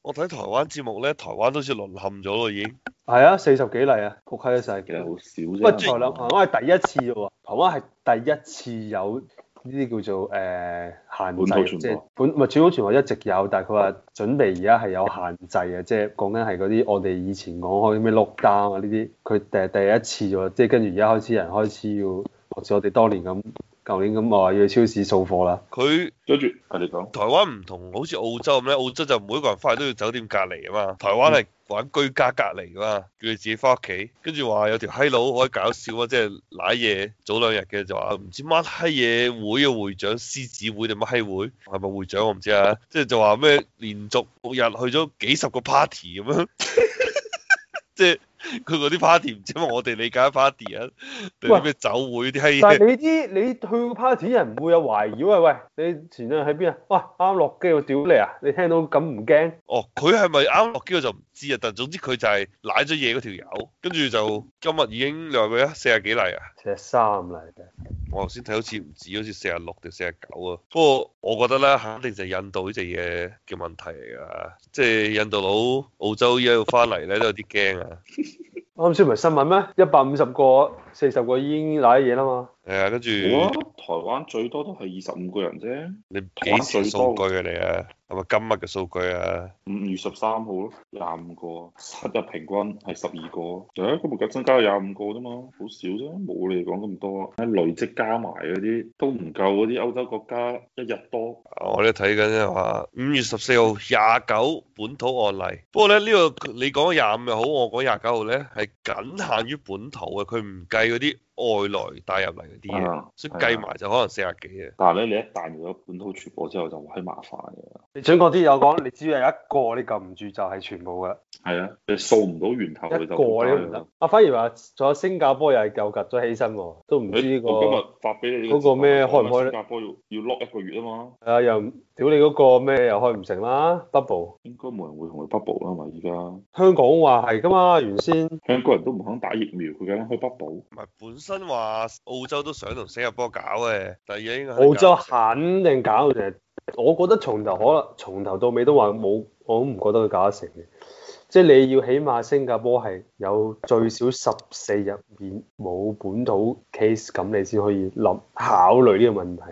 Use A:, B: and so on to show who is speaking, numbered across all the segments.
A: 我睇台灣節目咧，台灣都好似淪陷咗咯，已經。
B: 係啊，四十幾例啊，撲閪晒。
C: 其實好少啫。
B: 不過台灣台灣係第一次喎，台灣係第一次有呢啲叫做誒、呃限
C: 本土
B: 制，
C: 傳
B: 即係
C: 播
B: 本唔係主土傳播一直有，但係佢話準備而家係有限制嘅，即係講緊係嗰啲我哋以前講開咩 lockdown 啊呢啲，佢第第一次啫喎，即係跟住而家開始人開始要好似我哋當年咁，舊年咁話要去超市掃貨啦，
A: 佢
C: 跟住我哋講，
A: 台灣唔同，好似澳洲咁咧，澳洲就每一個人翻去都要酒店隔離啊嘛，台灣係玩居家隔離噶啊嘛，叫你自己翻屋企，跟住話有條閪佬好閪搞笑啊，即係攋嘢，早兩日嘅就話唔知乜閪嘢會嘅會長，獅子會定乜閪會，係咪會長我唔知啊，即係就話咩連續六日去咗幾十個 party 咁樣， 即係佢嗰啲 party 唔知係咪我哋理解 party 啊，定啲咩酒會啲閪
B: 但
A: 嘢
B: 係。你啲你去個 party 人唔會有懷疑喂喂，你前兩日喺邊啊？哇啱落機我屌你啊！你聽到咁唔驚？
A: 哦，佢係咪啱落機我就唔知啊，但總之佢就係舐咗嘢嗰條友，跟住就今日已經你話佢啊四廿幾例啊，
B: 其實三嚟嘅。
A: 我頭先睇好似唔止，好似四廿六定四廿九啊。不過我覺得咧，肯定就係印度呢隻嘢嘅問題嚟㗎，即係印度佬澳洲依家要翻嚟咧都有啲驚啊。
B: 啱先唔係新聞咩？一百五十個、四十個已經攋嘢啦嘛。
A: 係啊，跟住
C: 我覺得台灣最多都係二十五個人啫。
A: 你幾時數據啊你啊？係咪今日嘅數據啊？
C: 五月十三號咯，廿五個，七日平均係十二個，就係今日咁增加廿五個啫嘛，好少啫，冇你哋講咁多啊！累積加埋嗰啲都唔夠嗰啲歐洲國家一日多，
A: 啊我哋睇緊咧話五月十四號廿九本土案例，不過咧呢、個你講廿五又好，我講廿九號咧係僅限於本土嘅，佢唔計嗰啲外來帶入嚟嗰啲嘢，
C: 啊，
A: 所以
C: 係啊
A: 計。埋就可能四廿幾啊。
C: 但係咧，你一旦有本土傳播之後，就好閪麻煩嘅。
B: 你準確啲有講，你只要有一個你撳唔住就係全部嘅，
C: 係啊，你掃唔到源頭，
B: 一
C: 你
B: 個
C: 哦就
B: 你都唔得。啊，反而話仲有新加坡又係又趌咗起身喎，都唔知呢
C: 你
B: 個
C: 我今日發俾你
B: 嗰個咩開唔開
C: 新加坡要要 lock 一個月啊嘛，
B: 係啊，又唔屌你嗰個咩又開唔成啦，bubble。
C: 應該冇人會同佢 bubble 啦嘛，依家
B: 香港話係噶嘛，原先
C: 香港人都唔肯打疫苗，佢梗係開 bubble。
A: 唔係本身話澳洲都想同新加坡搞嘅，但係應該
B: 澳洲肯定搞到成，我覺得從頭可能從頭到尾都話冇，我都唔覺得佢搞得成嘅。即係你要起碼新加坡係有最少十四日免冇本土 case，咁你先可以諗考慮呢個問題。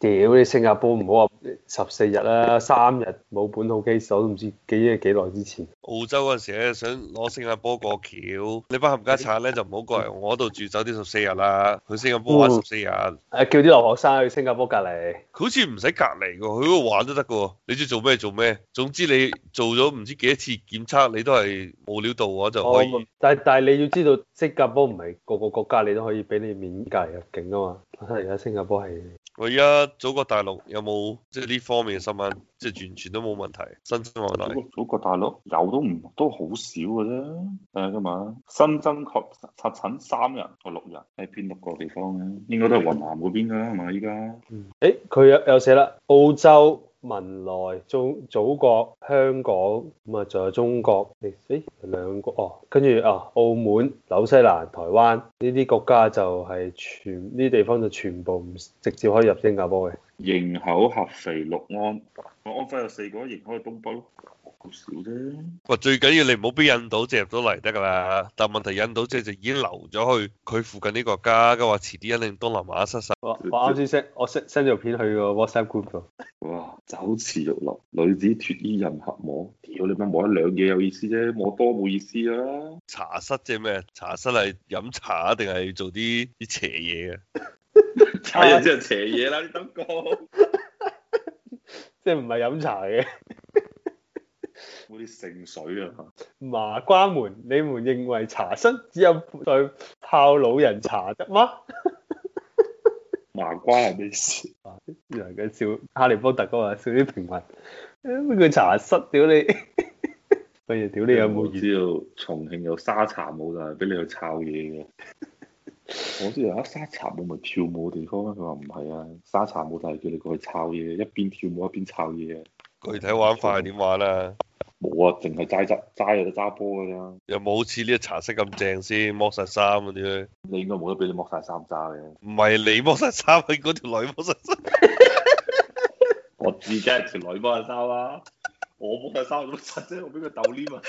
B: 屌你新加坡唔好話十四日啦，三日冇本土 case，我都唔知幾幾耐之前。
A: 澳洲嗰陣時咧想攞新加坡過橋，你班冚
C: 嗯
A: 家鏟咧就唔好過嚟我度住酒店十四日啦，去新加坡
C: 嗯
A: 玩十四日。
B: 誒啊叫啲留學生去新加坡隔離。
A: 佢好似唔使隔離喎，佢嗰度玩都得嘅喎。你中意做咩做咩，總之你做咗唔知幾多次檢測，你都係冇料到嘅話就可以。
B: 哦但係但係你要知道，新加坡唔係個個國家你都可以俾你免隔離入境啊嘛。睇下而家新加坡係
A: 我而家祖國大陸有冇即係呢方面嘅新聞？即係完全都冇問題，新增案
C: 祖
A: 例。
C: 國祖國大陸有都唔都好少嘅啫，誒噶嘛，新增確確診三人哦六人喺邊六個地方嘅？應該都係雲南嗰邊㗎啦，係嘛？依家
B: 誒，佢有有寫啦，澳洲、文萊、祖祖國、香港，咁啊，仲有中國，誒、誒兩個哦，跟住啊，澳門、紐西蘭、台灣呢啲國家就係全呢啲地方就全部唔直接可以入新加坡嘅。
C: 營口、合肥、六安，我安徽有四個，營口喺東北咯，好少啫。
A: 喂，最緊要你唔好俾印度借入到嚟得㗎啦。但問題印度即係就已經流咗去佢附近啲國家，咁話遲啲一定東南亞失勢。
B: 我我啱先 send 我 send send 條片去個 WhatsApp group 度，
C: 哇！酒池肉林，女子脫衣任合摸，屌你媽摸一兩嘢有意思啫，摸多冇意思啊啦。
A: 茶室即係咩？茶室係飲茶定係做啲啲邪嘢嘅？
C: 睇 人哎真係邪嘢啦，呢等哥。嗰
B: 即係唔係飲茶嘅。
C: 啲聖水啊！
B: 麻瓜們，你們認為茶室只有對泡老人茶得嗎？
C: 麻瓜係咩事？
B: 原來佢笑哈利波特嗰個笑啲平民，咩叫茶室？屌你！ 不如屌你有冇
C: 知道重慶有沙茶舞就係俾你去抄嘢嘅。 我知道有一沙茶舞咪跳舞嘅地方咩？佢話唔係啊，沙茶舞就係叫你過去抄嘢，一邊跳舞一邊抄嘢啊。
A: 具體玩法係點玩啊？
C: 冇啊，淨係齋揸齋有得揸波㗎咋。
A: 又冇好似呢個茶室咁正先，剝晒衫嗰啲咧。
C: 你應該冇得俾你剝晒衫揸嘅。
A: 唔係你剝晒衫，係嗰條女剝晒衫。
C: 我自己係條女幫佢收啦。啊我冇第三個柒啫，我俾佢鬥黏啊！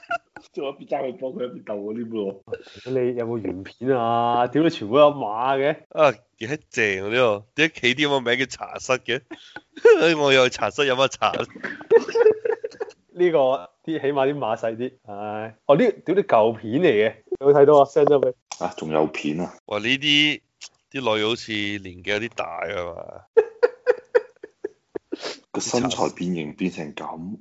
C: 即係我一邊揸佢波，佢一邊鬥我黏咯。
B: 你有冇原片啊？屌你全部有馬嘅，
A: 啊，幾閪正啊呢個，點解企啲咁嘅名叫茶室嘅？ 我又去茶室飲下茶，
B: 呢、個啲起碼啲馬細啲。唉，哦呢屌啲舊片嚟嘅，有冇睇到啊？send 咗俾
C: 啊，仲有片啊！
A: 哇！呢啲啲女好似年紀有啲大啊嘛，
C: 個身材變形變成咁，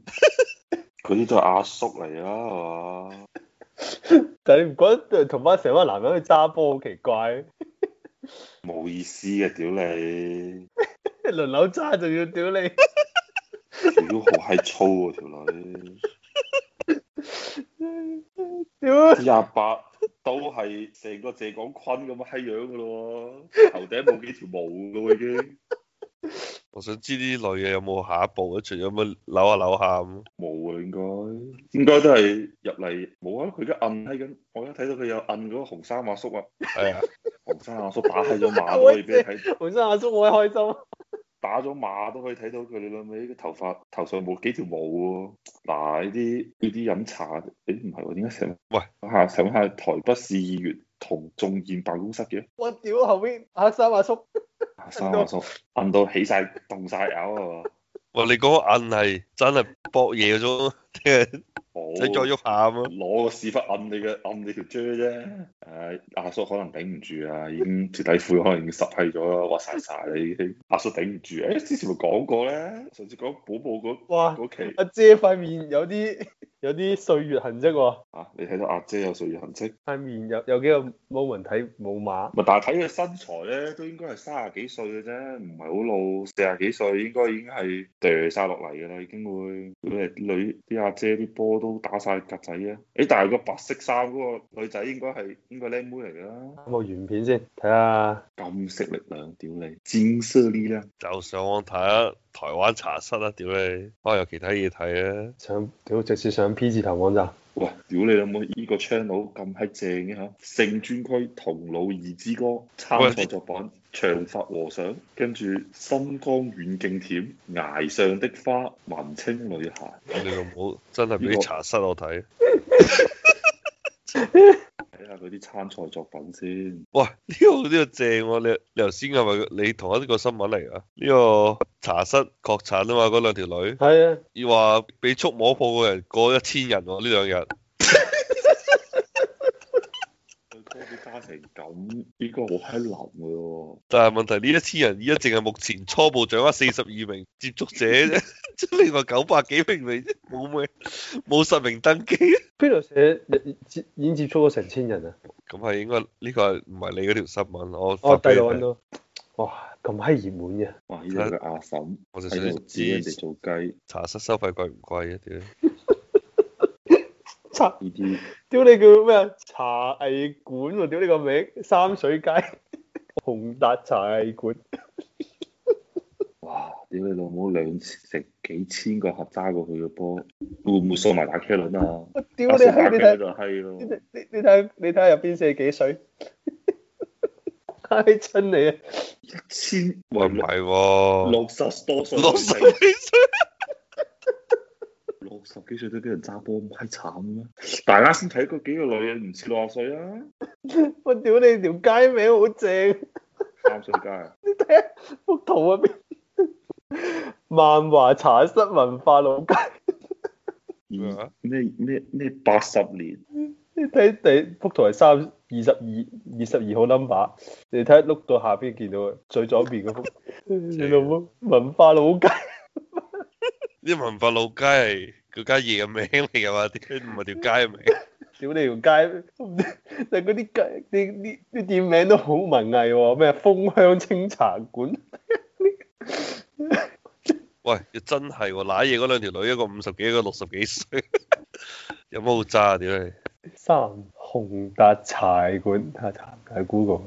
C: 嗰啲都係阿叔嚟啦，係嘛？
B: 但係你唔覺得同班成班男人去揸波好奇怪？
C: 冇意思嘅，屌你！
B: 輪流揸仲要屌你，
C: 屌好閪粗啊條女，
B: 屌
C: 啲阿伯都係成個謝廣坤咁嘅閪樣噶咯喎，頭頂冇幾條毛噶喎已經，
A: 我想知呢啲女嘅有冇下一步啊？除咗咁樣扭下扭下咁，
C: 冇啊應該，應該都係入嚟冇啊！佢而家摁喺緊，我而家睇到佢有摁嗰個紅衫阿叔啊，
A: 係啊，
C: 紅衫阿叔打閪咗馬都可以俾你睇。
B: 本身阿叔好閪開心。
C: 打咗馬都可以睇到佢哋兩尾嘅頭髮頭上冇幾條毛喎、嗱，呢啲呢啲飲茶，誒唔係喎，點解成
A: 喂
C: 下成下台北市議員同眾議辦公室嘅
B: 我屌後邊黑衫阿叔，
C: 阿三阿叔，摁到起晒凍晒咬啊！
A: 哇！你講個摁係真係搏嘢嗰種，定係
C: 冇
A: 使再喐下咁啊？
C: 攞個屎忽摁你嘅摁你條啫啫，誒阿叔可能頂唔住啊，已經條底褲可能已經濕氣咗啦，滑晒晒啦已經，阿叔頂唔住，誒、之前咪講過咧，上次講寶寶嗰
B: 哇！
C: 嗰期
B: 阿姐塊面有啲有啲歲月痕跡喎，
C: 啊，你睇到阿姐有歲月痕跡。
B: 塊面有有幾個 moment 睇冇馬，
C: 咪但係睇佢身材咧，都應該係三十幾歲嘅啫，唔係好老，四十幾歲應該已經係掉晒落嚟㗎啦，已經會佢哋女啲阿姐啲波都打晒格仔啊！誒，但係個白色衫嗰個女仔應該係應該靚妹嚟㗎啦，
B: 有冇原片先睇下。
C: 金色力量屌你，金色力量，
A: 就上網睇下台灣茶室啦，屌你，可能有其他嘢睇啊！
B: 上屌直接上 P 字頭網站，
C: 哇！屌你老母，依個 channel 咁閪正嘅嚇，性專區同老二之歌參賽作品。長髮和尚，跟住心光遠鏡甜，崖上的花，文青女孩，
A: 你老母真係俾啲茶室我睇。
C: 睇下佢啲參賽作品先。
A: 喂，呢、個呢、個正喎、你你頭先係咪你同一個新聞嚟㗎？呢、個茶室確診啊嘛，嗰兩條女
B: 係啊，
A: 要話俾觸摸鋪嘅人過一千人喎、呢兩日
C: 佢歌俾加成咁，應該好閪腍嘅喎。
A: 但係問題呢一千人依家淨係目前初步掌握四十二名接觸者啫， 另外九百幾名未冇咩冇實名登記，
B: 邊度寫接已經接觸咗成千人啊？
A: 咁係應該呢、個係唔係你嗰條新聞？我
B: 我
A: 發
B: 哦第
A: 俾你
B: 度
A: 睇
B: 揾到，哇咁閪熱門嘅，
C: 哇！呢兩個阿嬸
A: 我就
C: 喺度
A: 想
C: 指人哋
A: 知
C: 做雞，
A: 茶室收費貴唔貴啊？屌！
B: 茶
C: 呢啲
B: 屌你叫咩啊？茶藝館喎，屌你個名，三水街紅達茶藝館，
C: 哇！屌你老母兩成幾千個客揸過佢嘅波，會唔會送埋打茄輪啊？
B: 我屌你
C: 打
B: 閪你
C: 茄輪
B: 睇
C: 就閪咯
B: 你。睇你睇你睇下入邊寫幾水， 閪親你啊！
C: 千
A: 喂
C: 喂哦
A: 唔係喎。
C: 六十多歲，
A: 六十幾歲，
C: 六十幾歲都俾人揸波，咁閪慘咩？大家先睇嗰幾個女人唔似六十歲啊，
B: 我屌你條街名好正，
C: 三歲街啊！
B: 幅圖入邊，萬華茶室文化老街。
A: 咩
C: 二
A: 話
C: 咩咩咩八十年。
B: 你睇第幅圖係三二十二二十二號 number，你睇碌到下邊見到嘅最左邊嗰幅，你老母文化老街，
A: 啲文化老街係嗰間嘢嘅名嚟㗎嘛，啲唔係條街名。
B: 屌你條街，但係嗰啲街啲啲啲店名都好文藝喎，咩風香清茶館，
A: 喂，真係喎，揦嘢嗰兩條女，一個五十幾，一個六十幾歲， 有乜好揸啊？屌你！
B: 三啊紅達茶館，睇下茶喺 Google，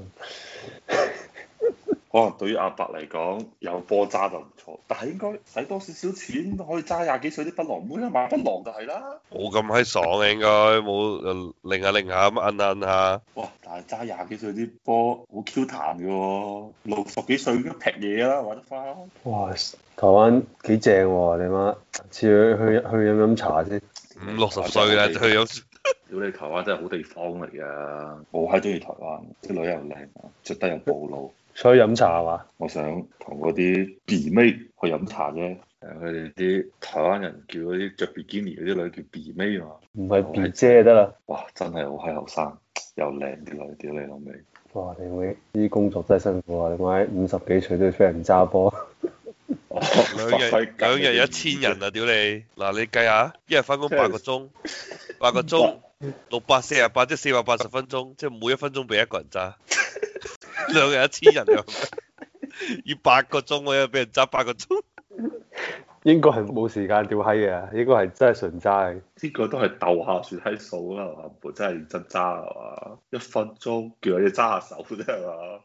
C: 可能對於阿伯嚟講有波揸就唔錯，但係應該使多少少錢可以揸廿幾歲啲檳榔妹啊，買檳榔就係啦。
A: 冇咁閪爽嘅應該，冇呃擰下擰下咁摁下摁下，
C: 哇！但係揸廿幾歲啲波好 Q 彈嘅喎，六十幾歲都劈嘢啦，玩得翻。
B: 哇！台灣幾正喎，你媽！次去去去飲飲茶先。
A: 五六十歲啦，佢有
C: 屌你台灣真係好地方嚟㗎，我閪中意台灣，啲女又靚，着得又暴露。
B: 所以飲茶係嘛？
C: 我想同嗰啲 B 妹去飲茶啫。誒，佢哋啲台灣人叫嗰啲着比基尼嗰啲女叫 B 妹嘛。
B: 唔哦係 B 姐就得啦。
C: 哇！真係好閪後生，又靚啲女，屌你老味。
B: 哇！你會呢啲工作真係辛苦啊！你媽五十幾歲都要飛人揸波，
C: 哦
A: 兩日兩日一千人啊！屌你，嗱你計下，一日翻工八個鐘，八個鐘六百四十八，即係四百八十分鐘，即係每一分鐘俾一個人揸， 兩日一千人啊！要八個鐘我一日俾人揸八個鐘，
B: 應該係冇時間吊閪嘅，應該係真係純揸嘅。
C: 呢個都係鬥下算閪數啦，係嘛？唔會真係認真揸係嘛？一分鐘叫你揸下手啫係嘛？